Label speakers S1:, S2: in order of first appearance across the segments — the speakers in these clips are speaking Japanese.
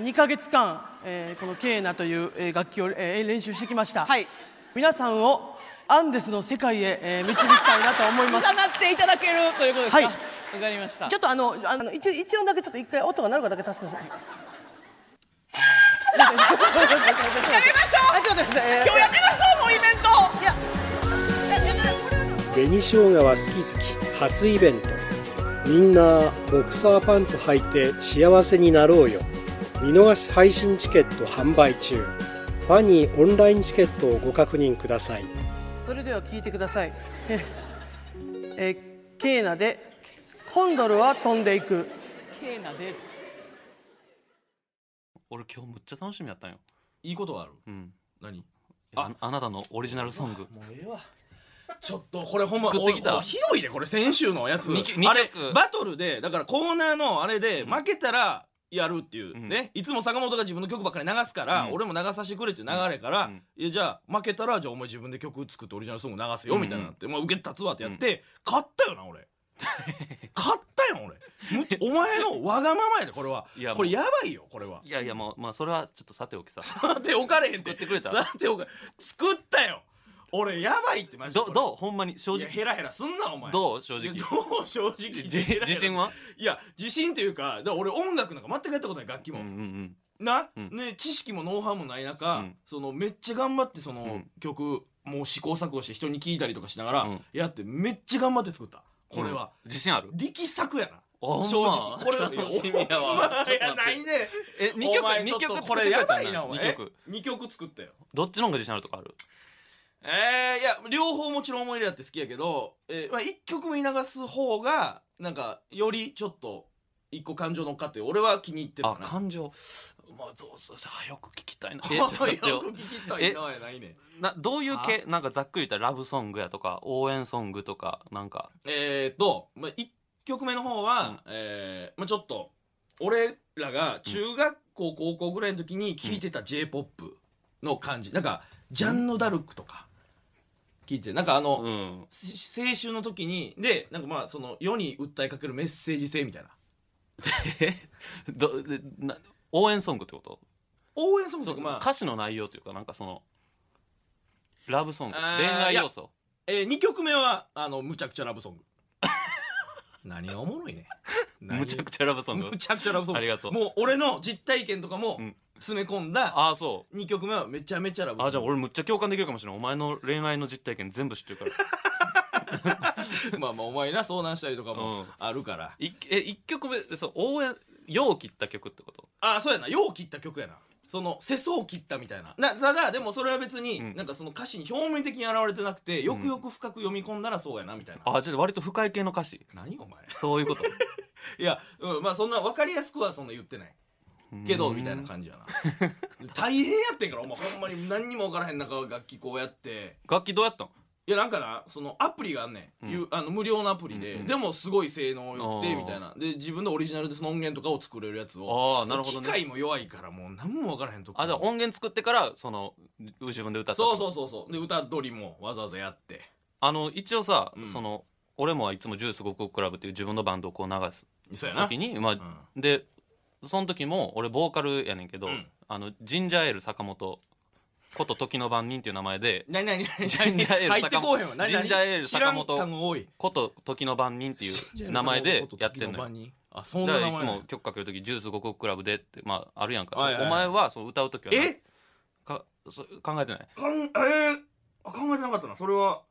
S1: 2ヶ月間、えーこのケーナという、えー楽器を、えー練習してきました、
S2: はい
S1: 皆さんをアンデスの世界へ、えー導きたいなと思い
S2: 重
S1: ます
S2: なっていただけるということですか
S1: はい
S2: わかりました
S1: ちょっとあのあの一一音だけちょっと一回音が鳴るかだけ助けてくだ さい
S2: やりましょう
S1: あちょっと待ってくださいえー
S2: 今日やってましょうもうイベント
S1: いや
S3: 紅生姜は好き好き初イベントみんなボクサーパンツ履いて幸せになろうよ見逃し配信チケット販売中ファニーオンラインチケットをご確認ください
S1: それでは聞いてください えーえーケーナでコンドルは飛んでいく
S2: ケーナで
S4: 俺今日むっちゃ楽しみやったんよ。
S5: いいことはある
S4: うん。
S5: 何
S4: ああなたのオリジナルソング。
S5: もうええわちょっとこれほんま
S4: 作ってきた
S5: おおひどいでこれ先週のやつ
S4: にきにき
S5: あれ
S4: 曲
S5: バトルでだからコーナーのあれで負けたらやるっていう、
S4: うん
S5: ねいつも坂本が自分の曲ばっかり流すから、
S4: うん
S5: 俺も流させてくれっていう流れから、
S4: うん
S5: いやじゃあ負けたらじゃあお前自分で曲作ってオリジナルソング流せよみたいになって、まあ、受け立つわってやって、勝ったよな俺勝ったよ俺むお前のわがままやでこれはい
S4: やもう
S5: これやばいよこれ はい
S4: やいやもうまあそれはちょっとさておきさ。
S5: さておかれへん
S4: 作ってくれ た
S5: さておかれ作ったよ俺やばいってマジで
S4: ど
S5: これ
S4: どうほんまに正
S5: いや
S4: 直
S5: ヘラヘラすんなお前
S4: どう正
S5: いや
S4: 直。
S5: どう正直
S4: じ
S5: ヘラヘラ
S4: 自信はい
S5: や自信というかだから俺音楽なんか全くやったことない楽器
S4: うん
S5: も、
S4: うんうん。
S5: な、
S4: うん
S5: ね知識もノウハウもない中、
S4: うん
S5: そのめっちゃ頑張ってその、
S4: うん
S5: 曲もう試行錯誤して人に聞いたりとかしながら、
S4: うん
S5: やってめっちゃ頑張って作ったこれは、
S4: うん自信ある。
S5: 力作やな
S4: ほんま
S5: 正直これは
S4: 楽しみやわ
S5: いほんま
S4: ちょっと待って
S5: やないね
S4: え二
S5: お前
S4: 曲
S5: ちょ
S4: 二
S5: っと
S4: 曲作
S5: こ
S4: って
S5: れ
S4: く
S5: や
S4: れた
S5: ば
S4: ん
S5: いなお
S4: 二
S5: 前
S4: 曲。
S5: 2曲作ったよ
S4: どっちの方が自信あるとかある。
S5: えー、いや両方もちろん思い入れだって好きやけど、えーまあ、1曲目に流す方がなんかよりちょっと一個感情乗っかって俺は気に入ってる
S4: あ
S5: かな
S4: 感情。まあどうぞさあよく聞きた いな。え
S5: え
S4: ちょっと待って
S5: よ
S4: よ
S5: く聞きたいなやないね
S4: などういう系なんかざっくり言ったらラブソングやとか応援ソングとかなんか。
S5: えー、っと、まあ、1曲目の方は、えーまあ、ちょっと俺らが中学校、高校ぐらいの時に聴いてた j p o p の感じなんかジャンヌ・ダルクとか聞いてなんかあの、
S4: うん。
S5: し青春の時にでなんかまあその世に訴えかけるメッセージ性みたいな
S4: どでな応援ソングってこと。
S5: 応援ソング
S4: そ
S5: と
S4: う
S5: かまあ、
S4: 歌詞の内容というかなんかそのラブソング恋
S5: あー
S4: 愛要素
S5: えー、2曲目はあのむちゃくちゃラブ ソング何がおもろいね
S4: むちゃくちゃラブソング
S5: むちゃくちゃラブソング
S4: ありがとう
S5: もう俺の実体験とかも
S4: うん
S5: 詰め込んだ
S4: ああそ
S5: 2曲目はめちゃめちゃラ
S4: う
S5: ブソング
S4: あじゃあ俺むっちゃ共感できるかもしれないお前の恋愛の実体験全部知 ってるから
S5: まあまあお前な相談したりとか
S4: う
S5: も
S4: ん
S5: あるから、
S4: いえ一曲目でそう応援よう切った曲ってこと
S5: ああそうやなよう切った曲やなその世相を切ったみたいななただでもそれは別に、
S4: うん
S5: なんかその歌詞に表面的に現れてなくてよくよく深く読み込んだらそうやなみたいな、
S4: あじゃあ割と深い系の歌詞
S5: 何お前
S4: そういうこと
S5: いや、うん、まあそんな分かりやすくはそんな言ってないけどみたいな感じやな 大変やってんからお前ほんまに何にも分からへん中楽器こうやって
S4: 楽器どうやったん
S5: いやなんかなそのアプリがあんねん、
S4: うん
S5: ゆあの無料のアプリで、
S4: うんうん
S5: でもすごい性能良く
S4: あ
S5: て
S4: ー
S5: みたいなで自分のオリジナルでその音源とかを作れるやつを
S4: ああなるほど
S5: 機
S4: ね
S5: 械も弱いからもう何も分からへんとこ
S4: あじゃあ音源作ってからその自分で歌った
S5: そう
S4: う
S5: そうそうそうで歌取りもわざわざやって
S4: あの一応さ、
S5: うん
S4: その俺もいつもジュース五国クラブっていう自分のバンドをこう流す
S5: そうやな
S4: 時にまあ、
S5: う
S4: でその時も俺ボーカルやねんけど、
S5: うん
S4: あのジンジャーエール坂本こと時の番人っていう名前で
S5: 何何何
S4: ジンジャーエール
S5: 入ってこうへ
S4: 坂
S5: んわ
S4: 本
S5: 何何
S4: ジンジャーエール
S5: 知らん
S4: 坂本
S5: 単語多い
S4: こと時の番人っていう名前でやってんのよ
S5: あそん
S4: だ
S5: な
S4: から
S5: 名
S4: い
S5: 前
S4: つ
S5: なん
S4: も曲かける時「ジュース五国クラブで」ってまああるやんか、
S5: はいはいはい
S4: お前はその歌う時は
S5: え
S4: かそ考えてない
S5: かんえー、あ考えてなかったなそれは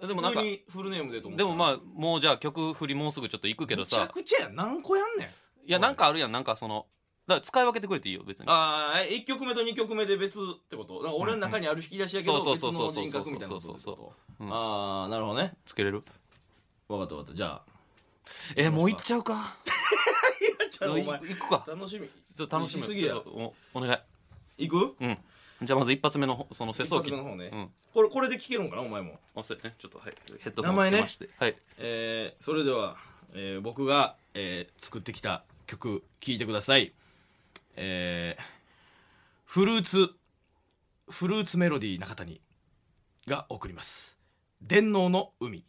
S4: で
S5: で
S4: も
S5: も
S4: な
S5: なんん
S4: か
S5: か普通にフルネームでと思って
S4: でもまあもうじゃあ曲振りもうすぐちょっと行くけど
S5: めちゃ
S4: さ
S5: くちゃやん何個やんねん
S4: いやなんかあるやんなんかそのだから使い分けてくれていいよ別に
S5: ああ1曲目と2曲目で別ってことなんか俺の中にある引き出しやけど
S4: うんうん
S5: 別の
S4: そうそう
S5: 人
S4: そう
S5: 格みたいなこと
S4: そうそうそう
S5: ってこ
S4: う
S5: と
S4: ん
S5: ああなるほどね
S4: つけれる
S5: 分かった分かったじゃあ
S4: えもう行っちゃうか
S5: じゃあお前
S4: 行くか
S5: 楽しみ
S4: ちょっと楽しみ
S5: 行きすぎや
S4: ちょっとおお願い
S5: 行く
S4: うん。じゃあまず一発目のその世
S5: 一
S4: 相
S5: 発
S4: 機。
S5: 目の方ね、
S4: うん。
S5: これこれで聞けるんかなお前も
S4: あ、そうやね。ちょっとはい。ヘッドホンつけまして。はい。
S5: えーそれでは、えー僕が、えー作ってきた曲聴いてください、えーフルーツフルーツメロディー中谷が送ります「電脳の海」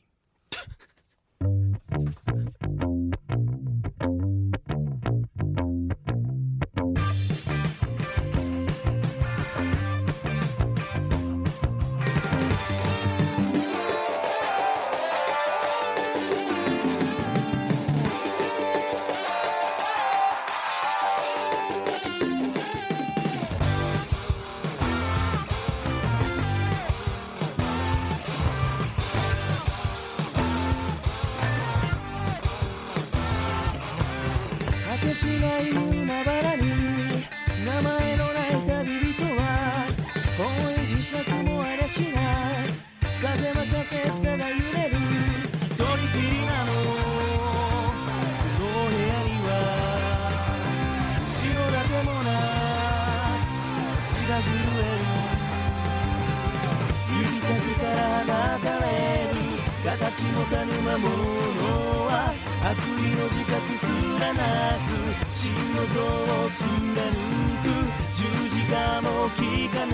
S6: しない海原に名前のない旅人は遠い磁石も嵐が風任せたら揺れる一人きりなのこの部屋には後ろ盾もない足が震える指先から放たれる形もたぬまものは悪意の自覚すらなく真の像を貫く十字架も効かな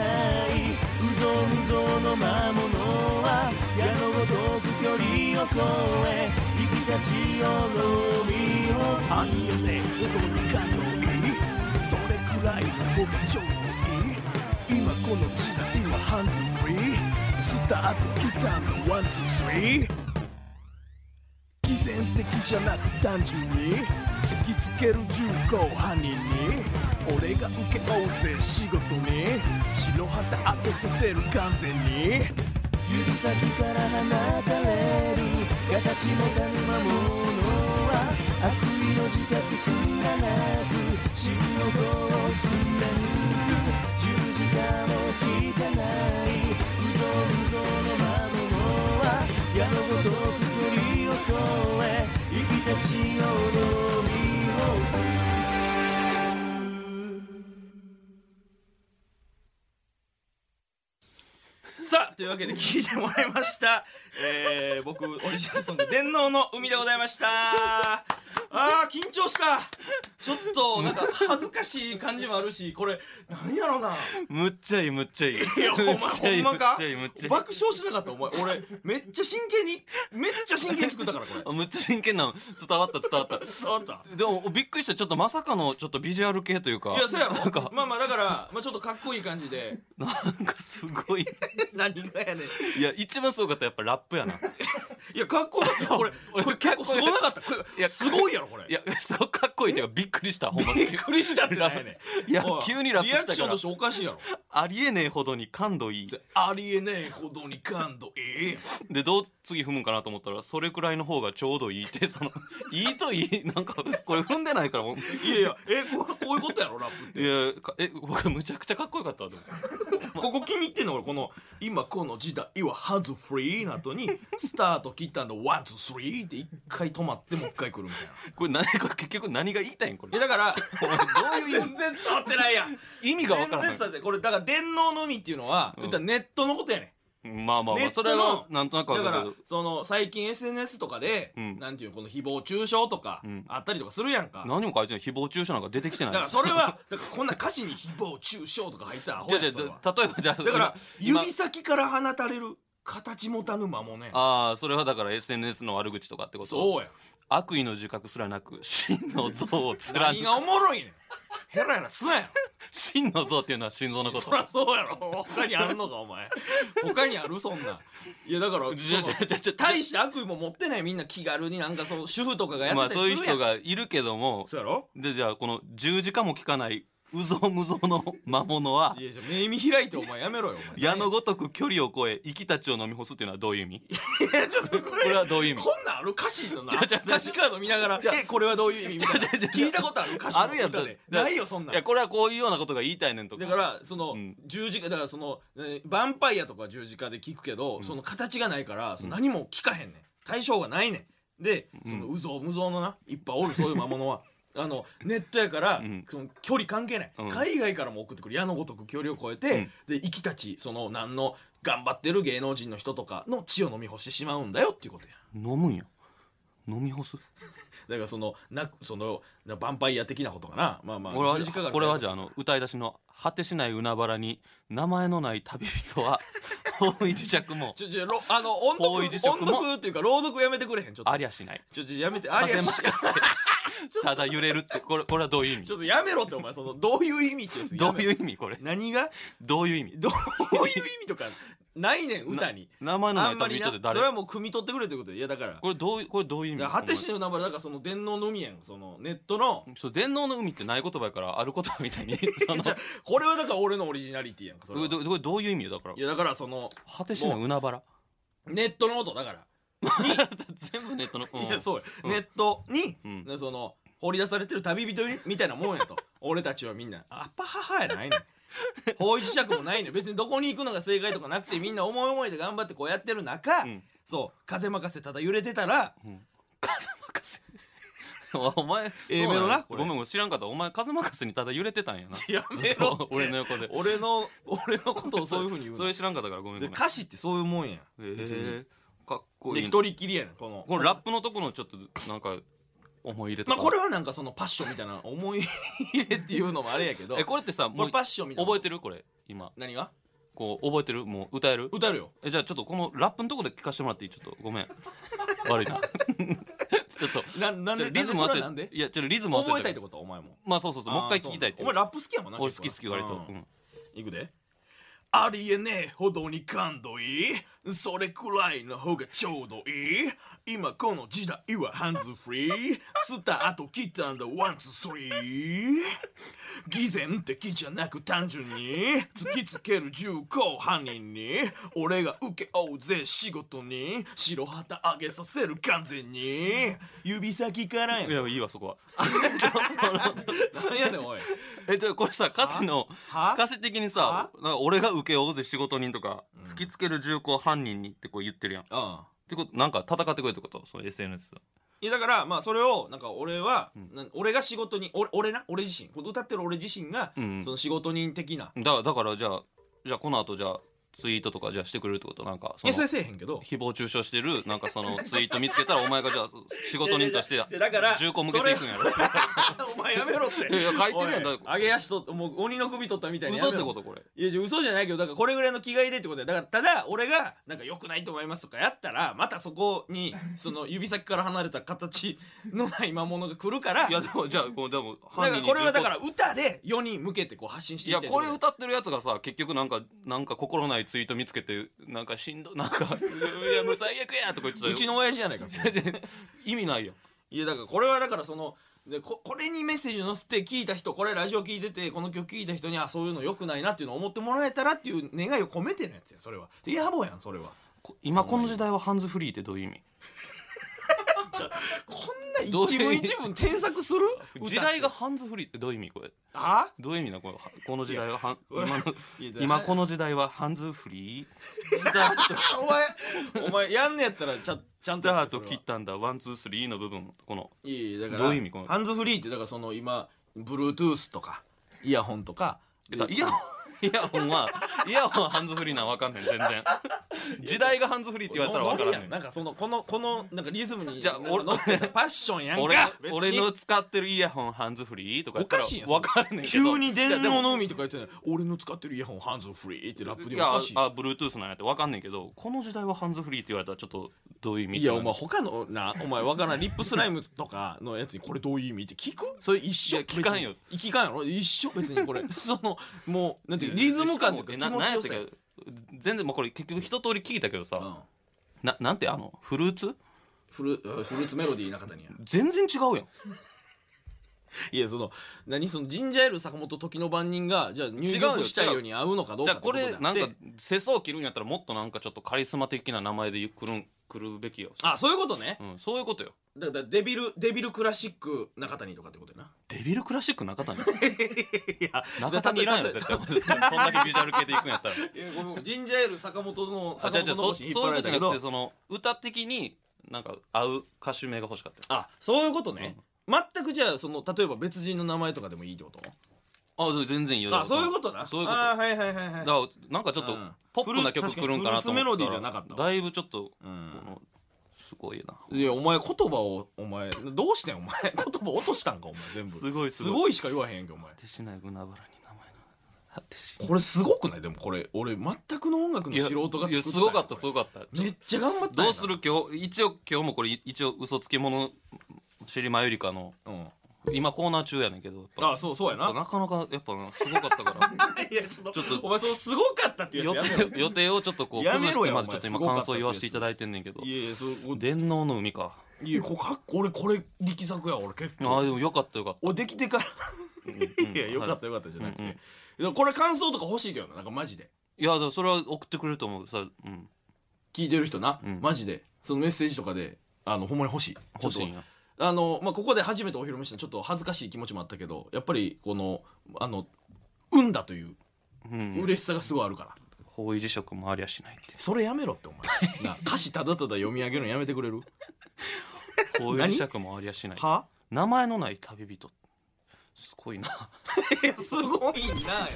S6: いうぞうぞの魔物は矢のごとく距離を越え生き立ちよろみをあえて踊るかのにそれくらいが僕ちょうどいい今この時代はハンズフリースタートギターのワンツースリー偽善的じゃなく単純に突きつける銃口犯人に俺が受け負うぜ仕事に白旗当てさせる完全に指先から放たれる形もたぬまものは悪意の自覚すらなく真の像を貫く十字架も引かないうぞうぞの魔物は矢のごとく距離を越え生き立ちよろみをする
S5: さあというわけで聞いてもらいました、えー、僕オリジナルソング「電脳の海」でございましたあー緊張したちょっとなんか恥ずかしい感じもあるしこれ何やろな
S4: むっちゃいいむっちゃいい。
S5: いやお前
S4: むっちゃいい
S5: ほんま
S4: むっ
S5: か
S4: ちゃいいむっちゃいい
S5: 爆笑しなかったお前俺めっちゃ真剣にめっちゃ真剣に作ったからこれ
S4: あむっちゃ真剣なの伝わった伝わった
S5: 伝わった
S4: でもびっくりしたちょっとまさかのちょっとビジュアル系というか
S5: いやそうやろ
S4: なんか
S5: まあまあだから、まあ、ちょっとかっこいい感じで
S4: なんかすごい
S5: 何がやねん
S4: いや一番すごかったやっぱラップやない
S5: いやかっこよかったよこれこれ結構すごなかったこ
S4: い
S5: れ
S4: や
S5: すごいやろこれ
S4: やすごくかっこいいっていうかびっくりしたほんま
S5: びっくりしたってなんやねん
S4: いや
S5: お
S4: 急にラップ
S5: リ
S4: し
S5: ア
S4: たから
S5: クションとしておかしいやろ
S4: ありえねえほどに感度いい
S5: ありえねえほどに感度ええ
S4: でどう次踏むんかなと思ったらそれくらいの方がちょうどいいって そのいいといいなんかこれ踏んでないからもう
S5: いやいやえここういうことやろラップって
S4: いやかえ僕むちゃくちゃかっこよかったわでも
S5: ここ気に入ってんの俺この「今この時代はハズフリー」の後に「スタート切ったんだワンツースリー」って一回止まってもう一回来るみたいな
S4: これ何これ結局何が言いたいんこ
S5: いや
S4: れ
S5: だからどういう全然伝わってないやん
S4: 意味がわ
S5: 全
S4: からな
S5: 然伝
S4: い
S5: わってこれだから電脳のみっていうのは、
S4: うん
S5: 言ったらネットのことやねん
S4: まあまあま
S5: ネ
S4: あ
S5: ット
S4: そ
S5: の
S4: れはなんとなくわ
S5: だか
S4: かる
S5: ら
S4: けど
S5: その最近 SNS とかで、
S4: うん
S5: なんていうのこの誹謗中傷とか、
S4: うん
S5: あったりとかするやんか
S4: 何も書いてない誹謗中傷なんか出てきてない
S5: だからそれはだからこんな歌詞に誹謗中傷とか入ったらアホ
S4: じゃ
S5: や
S4: あじゃ
S5: ん
S4: あ
S5: それは
S4: 例えばじゃあ
S5: だから
S4: 今
S5: 指先から放たれる形もたぬ魔物やん
S4: ああそれはだから SNS の悪口とかってこと
S5: そうや
S4: 悪意の自覚すらなく真の像を貫
S5: 何
S4: く
S5: がおもろいねんヘラヘラすなや
S4: 真の像っていうのは心臓の
S5: ん
S4: こと
S5: そりゃそうやろ他にあるのかお前他にあるそんないやだから
S4: じゃあじゃあじゃあじゃあ
S5: 大して悪意も持ってないみんな気軽になんかそう主婦とかがや
S4: ま
S5: っ
S4: あ
S5: てた
S4: そうい
S5: り
S4: う
S5: するや
S4: 人
S5: ん、
S4: がいるけども
S5: そうやろ
S4: でじゃあこの十字架も効かないうぞうむぞうの魔物はい
S5: やじゃあ目見開いてお前やめろよお前
S4: 矢のごとく距離を超え生きたちを飲み干すっていうのはどういう意味
S5: いやちょっとこれ
S4: これはどういう意味
S5: こんなんある歌詞のな
S4: じゃあじゃあ
S5: 歌詞カード見ながら
S4: じゃあ
S5: えこれはどういう意味みたいな
S4: じゃあじゃあ
S5: 聞いたことある歌詞の
S4: あるやん
S5: 歌でないよそんなん
S4: いやこれはこういうようなことが言いたいねんとか
S5: だからその、
S4: うん
S5: 十字架だからそのえーヴァンパイアとか十字架で聞くけど、その形がないからその何も聞かへんねん対象がないねんでそのうぞうむぞうのないっぱいおるそういう魔物は あのネットやから、
S4: ん
S5: その距離関係ない、
S4: うん
S5: 海外からも送ってくる矢のごとく距離を超えて、で生きたちその何の頑張ってる芸能人の人とかの血を飲み干してしまうんだよっていうことや
S4: 飲むんや飲み干す
S5: だからそのなそのなヴァンパイア的なことかなまあまあ
S4: これは
S5: 十字架が
S4: これはじゃああの歌い出しの「果てしない海原に名前のない旅人 は方位磁石も
S5: ちょちょろあの音読
S4: 方位磁石も
S5: 音読っていうか朗読やめてくれへんちょっと
S4: ありゃしない
S5: ちょ、ちょ、やめて。ありゃ
S4: 風任
S5: し、
S4: せただ揺れる」ってこれこれはどういう意味
S5: ちょっとやめろって、お前、その、どういう意味ってやつ。
S4: どういう
S5: う
S4: 意味これ
S5: 何が
S4: どういう意味
S5: どういう意味とか、ないねん、歌 に。
S4: 名前の
S5: あ
S4: ない
S5: んま
S4: 旅
S5: り
S4: 人
S5: な、
S4: っ
S5: そ
S4: て
S5: れ
S4: 誰
S5: はもう、汲み取ってくれということで。いや、だから、
S4: これどういうこれどういう意
S5: い
S4: 味
S5: や果てしの名前、だから、その、電脳の海やん。その、ネットの、
S4: そう電脳の海ってない言葉やからある言葉み たいにその
S5: じゃこれはだから、俺のオリジナリティやんか、そ
S4: こ
S5: れ
S4: れ
S5: は。
S4: どこれどういう意味よだから
S5: いや、だから、その、
S4: 果てしない海原
S5: ネットの音、だから。
S4: 全部ネットの、うん
S5: いや、そうよ。ネットに
S4: う、ん
S5: ねその、放り出されてる旅人みたいなも んやと俺たちはみんなアッパハハやないねん方位磁石もないねん別にどこに行くのが正解とかなくてみんな思い思いで頑張ってこうやってる中、
S4: ん
S5: そう風任せただ揺れてたら、
S4: お前、
S5: え
S4: そ
S5: え
S4: う
S5: メロ
S4: んや
S5: な
S4: ご
S5: これ
S4: めんごめん、知らんかった。お前、風任せにただ揺れてたんやな。
S5: やめろって
S4: 俺の横で。
S5: 俺の俺のことをそういうふうに言う
S4: そ
S5: の
S4: れ知らんかったからごめん
S5: で
S4: ごめん。
S5: 歌詞ってそういうもんやん、別に
S4: えーかっこい
S5: で
S4: い。
S5: 一人きりやねんこの
S4: このラップのところのちょっと、なんか、思い入れと
S5: まあ
S4: か。
S5: これはなんかそのパッションみたいな思い入れっていうのもあれやけど
S4: え、これってさ、
S5: これパッションみたいな
S4: 覚えてるこれ、今。
S5: 何が
S4: こう、覚えてるもう、歌える
S5: 歌えるよ
S4: え、じゃあちょっとこのラップのところで聞かせてもらっていいちょっと、ご めん。悪いな。 ちょっと。
S5: ななんで
S4: ちょリズム忘
S5: なんでそれ
S4: れ
S5: はなんで
S4: いや、ちょっとリズム忘れ
S5: 覚えたい
S4: け
S5: っ
S4: ど
S5: てことお前も
S4: まあそうそうそう、もう一回聞きたいって
S5: あーそう
S4: い
S5: お
S4: う。
S5: 前ラップ好きやもんな
S4: 俺
S5: 結
S4: 好き
S5: 構な
S4: 好き割と。
S5: う
S4: うんん
S5: いくでありえねえほどに感動いいそれくらいの方がちょうどいい今この時代はハンズフリースタート切ったんだワンツースリー偽善的じゃなく単純に突きつける重厚犯人に俺が受け負うぜ仕事に白旗上げさせる完全に指先からやん
S4: いや、いいわ、そこは。
S5: 何やねんおい
S4: え、で、これさ、歌詞の、
S5: は
S4: 歌詞的にさ
S5: は、
S4: なんか俺が受け負うぜ仕事人とか、突きつける重厚犯人にってこう言ってるやん。っ
S5: うん
S4: てこと、なんか戦ってくれってことその SNS と。
S5: いやだからまあそれをなんか俺は、なん俺が仕事に俺俺な俺自身この歌ってる俺自身が、
S4: うんうん
S5: その仕事人的な、
S4: だだから、じゃあ、じゃあこの後、じゃあ、ツイートとか、じゃあしてくれるってことなんか、そ
S5: いやそれ
S4: の、
S5: せえへんけど
S4: 誹謗中傷してる、なんかそ のツイート見つけたら、お前がじゃあ、仕事人として、
S5: じゃだから
S4: 重厚向けていくんやろ。
S5: お前やめろって
S4: いやいや書いてるやん
S5: お
S4: だから
S5: 揚げ足ともう鬼の首取ったみたいな
S4: 嘘ってことこれ。
S5: いやじゃあ嘘じゃないけどだからこれぐらいの気概でってことやだからただ俺がなんか良くないと思いますとかやったらまたそこにその指先から離れた形のない魔物が来るから
S4: いや、でも、じゃあ、こう、でも、
S5: だからこれはだから
S4: 犯人に重厚
S5: 歌で世に向けてこう発信して
S4: い
S5: いき
S4: や
S5: たい
S4: これ
S5: と
S4: 歌ってるやつがさ結局なんかなんか心ないツイート見つけてなんかしんどなんか「 いやもう最悪や」とか言ってた
S5: こ
S4: よ
S5: うちの親父じゃないか
S4: 意味ないよ
S5: いやだからこれはだからそのでここれにメッセージ載せて聞いた人これラジオ聞いててこの曲聞いた人にあそういうの良くないなっていうのを思ってもらえたらっていう願いを込めてのやつやそれはで野暮やんそれは
S4: こ今この時代はハンズフリーってどういう意味
S5: こんな一
S4: どういう
S5: 文一文添削する歌
S4: 時代がハンズフリーってどういう意味これ
S5: あ
S4: どういう意味なこれはこの時代はハン
S5: 俺
S4: 今の
S5: いや
S4: 今この時代はハンズフリースタート
S5: お前お前やんねやったらちゃちゃん
S4: ス
S5: と
S4: タ
S5: や
S4: ー
S5: って
S4: ト切っ
S5: そ
S4: たんだワンツースリーの部分この
S5: れはいやいやだから
S4: どういう意味この
S5: ハンズフリーってだからその今 Bluetooth とかイヤホンとか
S4: えだイヤホン イヤホンはイヤホンはハンズフリーなんわかんない全 然時代がハンズフリーって言われたらわから
S5: ノリや
S4: ん
S5: な
S4: ね
S5: んかそのこのこのなんかリズムに
S4: じゃあ
S5: なんか乗ってたパッションやんか
S4: 俺
S5: 別
S4: の
S5: に
S4: 俺の使ってるイヤホンハンズフリーとかや
S5: お
S4: った
S5: からしいやん
S4: わからんねんけど
S5: 急に電脳
S4: い
S5: の海とか言ってない俺の使ってるイヤホンハンズフリーってラップでお
S4: や
S5: かしい
S4: ああ Bluetooth なんやってわかんねんけどこの時代はハンズフリーって言われたらちょっとどういう意味
S5: いやお前他のなお前わからんリップスライムとかのやつにこれどういう意味って聞くそれ一緒
S4: いや聞かんよ
S5: 別に聞かんやろ一緒別に これそのもうなんていうリズム感とか
S4: え
S5: 気
S4: な
S5: 持
S4: なん
S5: ち
S4: や
S5: よ
S4: ったっ
S5: さや
S4: け全然、まあ、これ結局一通り聞いたけどさ、
S5: うん
S4: ななんてあのフルーツ
S5: フルあフルーツメロディー中谷や
S4: 全然違うやん
S5: いやその何そのジンジャーエール坂本時の番人がじゃあ入力したいように合うのかどう
S4: じ
S5: か
S4: ゃあ
S5: って
S4: こ
S5: とであ
S4: れ
S5: って
S4: なんか世相を切るんやったらもっとなんかちょっとカリスマ的な名前でくるんくるべきよ、
S5: あそういうことね
S4: うん、そういうことよ
S5: だからデビルデビルクラシック中谷とかってことやな
S4: デビルクラシック中谷
S5: いや
S4: 中 谷いらんやろ絶対そんだけビジュアル系でいくんやったら
S5: いやごめんジンジャーエール坂本
S4: あ、
S5: の
S4: じ
S5: 坂
S4: ゃ
S5: 本
S4: じゃ
S5: の
S4: そう
S5: 星
S4: そう
S5: 引
S4: い
S5: っ
S4: う
S5: 張
S4: ことじゃな
S5: られたけ
S4: くて
S5: ど
S4: その歌的になんか合う歌手名が欲しかった
S5: あそういうことね、全くじゃあその例えば別人の名前とかでもいいってこと
S4: よあ全然いいよ
S5: あそういうことな
S4: そういうこと
S5: あーはいはいはいは
S4: だ
S5: い
S4: からなんかちょっと
S5: うん
S4: ポップな曲来るんかなと思
S5: フルーツメロ
S4: っ
S5: ディーじ
S4: た
S5: ゃなかっ
S4: ら
S5: たわ
S4: だいぶちょっとこ
S5: ん
S4: のすごいない
S5: やお前言葉をお前どうしてんお前 言葉落としたんかお前全部
S4: すごいすごい
S5: すごいしか言わへんやんけお前
S4: 果てしない海原に名前の果てし
S5: これすごくないでもこれ俺全くの音楽の
S4: いや
S5: 素人が作ったん
S4: いやすごかったす
S5: う
S4: ごかった
S5: めっちゃ頑張ったんやな
S4: どうする今日一応今日もこれ一応嘘つき者シリマユリカの
S5: うん
S4: 今コーナー中やねんけどやっぱ
S5: あそうそうやな
S4: なかなかやっぱなすごかったから
S5: いやち ょっと
S4: ちょっと
S5: お前そのすごかったっていう
S4: 予
S5: やつやめろ
S4: 定予定をちょっとこう
S5: やめ
S4: 崩し
S5: ろ
S4: て
S5: よ
S4: までちょっと今
S5: お前
S4: 感想言わせていただいてんねんけど
S5: いやいやそうこ
S4: 電脳の海か
S5: いやこかっ俺これ力作や俺結
S4: あ
S5: 構
S4: ーでもよかったよかっ
S5: 俺できてから
S4: た、うん
S5: いやよかっ
S4: はい
S5: たよかったじゃなくて、
S4: うんう
S5: いやこれ感想とか欲しいけどななんかマジで
S4: いやだからそれは送ってくれると思うさ、うん、
S5: 聞いてる人な、
S4: うん
S5: マジでそのメッセージとかであのほんまに欲しい
S4: 欲しいん
S5: ちょっ
S4: や
S5: あの、まあ、ここで初めてお披露目したちょっと恥ずかしい気持ちもあったけどやっぱりこのあの産んだという
S4: うん、
S5: 嬉しさがすごいあるから、
S4: 方位磁石もありゃしない って
S5: それやめろってお前 な歌詞ただただ読み上げるのやめてくれる
S4: 方位磁石もありゃしない
S5: は
S4: 名前のない旅人すごいな
S5: いやすごいな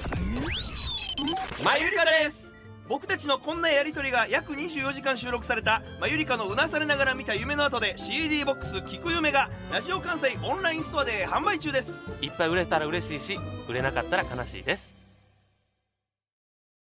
S7: まゆりかです僕たちのこんなやりとりが約24時間収録された「まゆりかのうなされながら見た夢の後で CD ボックス「聞く夢」がラジオ関西オンラインストアで販売中です
S8: いっぱい売れたら嬉しいし売れなかったら悲しいです